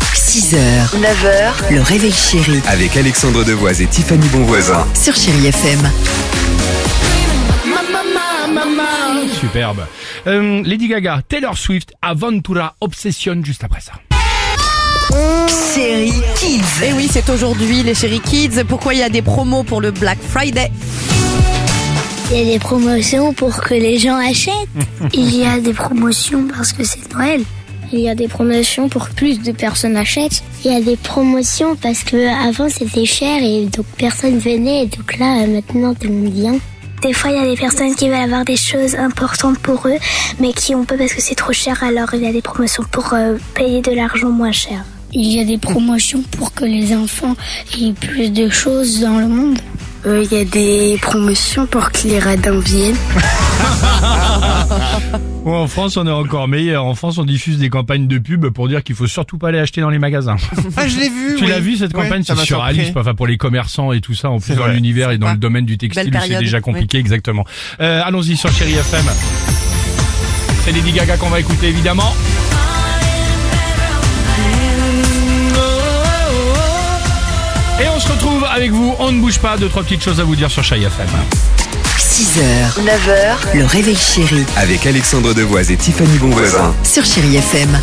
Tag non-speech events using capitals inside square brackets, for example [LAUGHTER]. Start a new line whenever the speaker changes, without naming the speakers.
6h, 9h, le réveil chéri
Avec Alexandre Devoise et Tiffany Bonvoisin.
sur Chéri FM.
Superbe. Euh, Lady Gaga, Taylor Swift, Aventura, Obsession, juste après ça.
Série Kids.
Et Eh oui, c'est aujourd'hui les chéri kids. Pourquoi il y a des promos pour le Black Friday
Il y a des promotions pour que les gens [LAUGHS] achètent. Il y a des promotions parce que c'est Noël. Il y a des promotions pour que plus de personnes achètent. Il y a des promotions parce que avant c'était cher et donc personne venait et donc là euh, maintenant tout le monde vient. Des fois il y a des personnes qui veulent avoir des choses importantes pour eux mais qui ont pas parce que c'est trop cher alors il y a des promotions pour euh, payer de l'argent moins cher. Il y a des promotions pour que les enfants aient plus de choses dans le monde.
Il Euh, y a des promotions pour que les radins viennent.
Ouais, en France, on est encore meilleur. En France, on diffuse des campagnes de pub pour dire qu'il faut surtout pas aller acheter dans les magasins.
[LAUGHS] Ah, je l'ai vu.
tu
oui.
l'as vu cette
Ouais,
campagne
ça
C'est
m'a
sur
surpris.
Alice, enfin pour les commerçants et tout ça, en plus
C'est
dans
vrai.
l'univers et dans
Sympa.
le domaine du textile,
Belle
où c'est
période,
déjà
oui.
compliqué, exactement. Euh, Allons-y sur Chéri FM. C'est Lady Gaga qu'on va écouter évidemment. Et on se retrouve avec vous. On ne bouge pas. Deux trois petites choses à vous dire sur Chéri FM.
6h, 9h, le réveil chéri
Avec Alexandre Devoise et Tiffany Bonvoisin.
sur Chéri FM.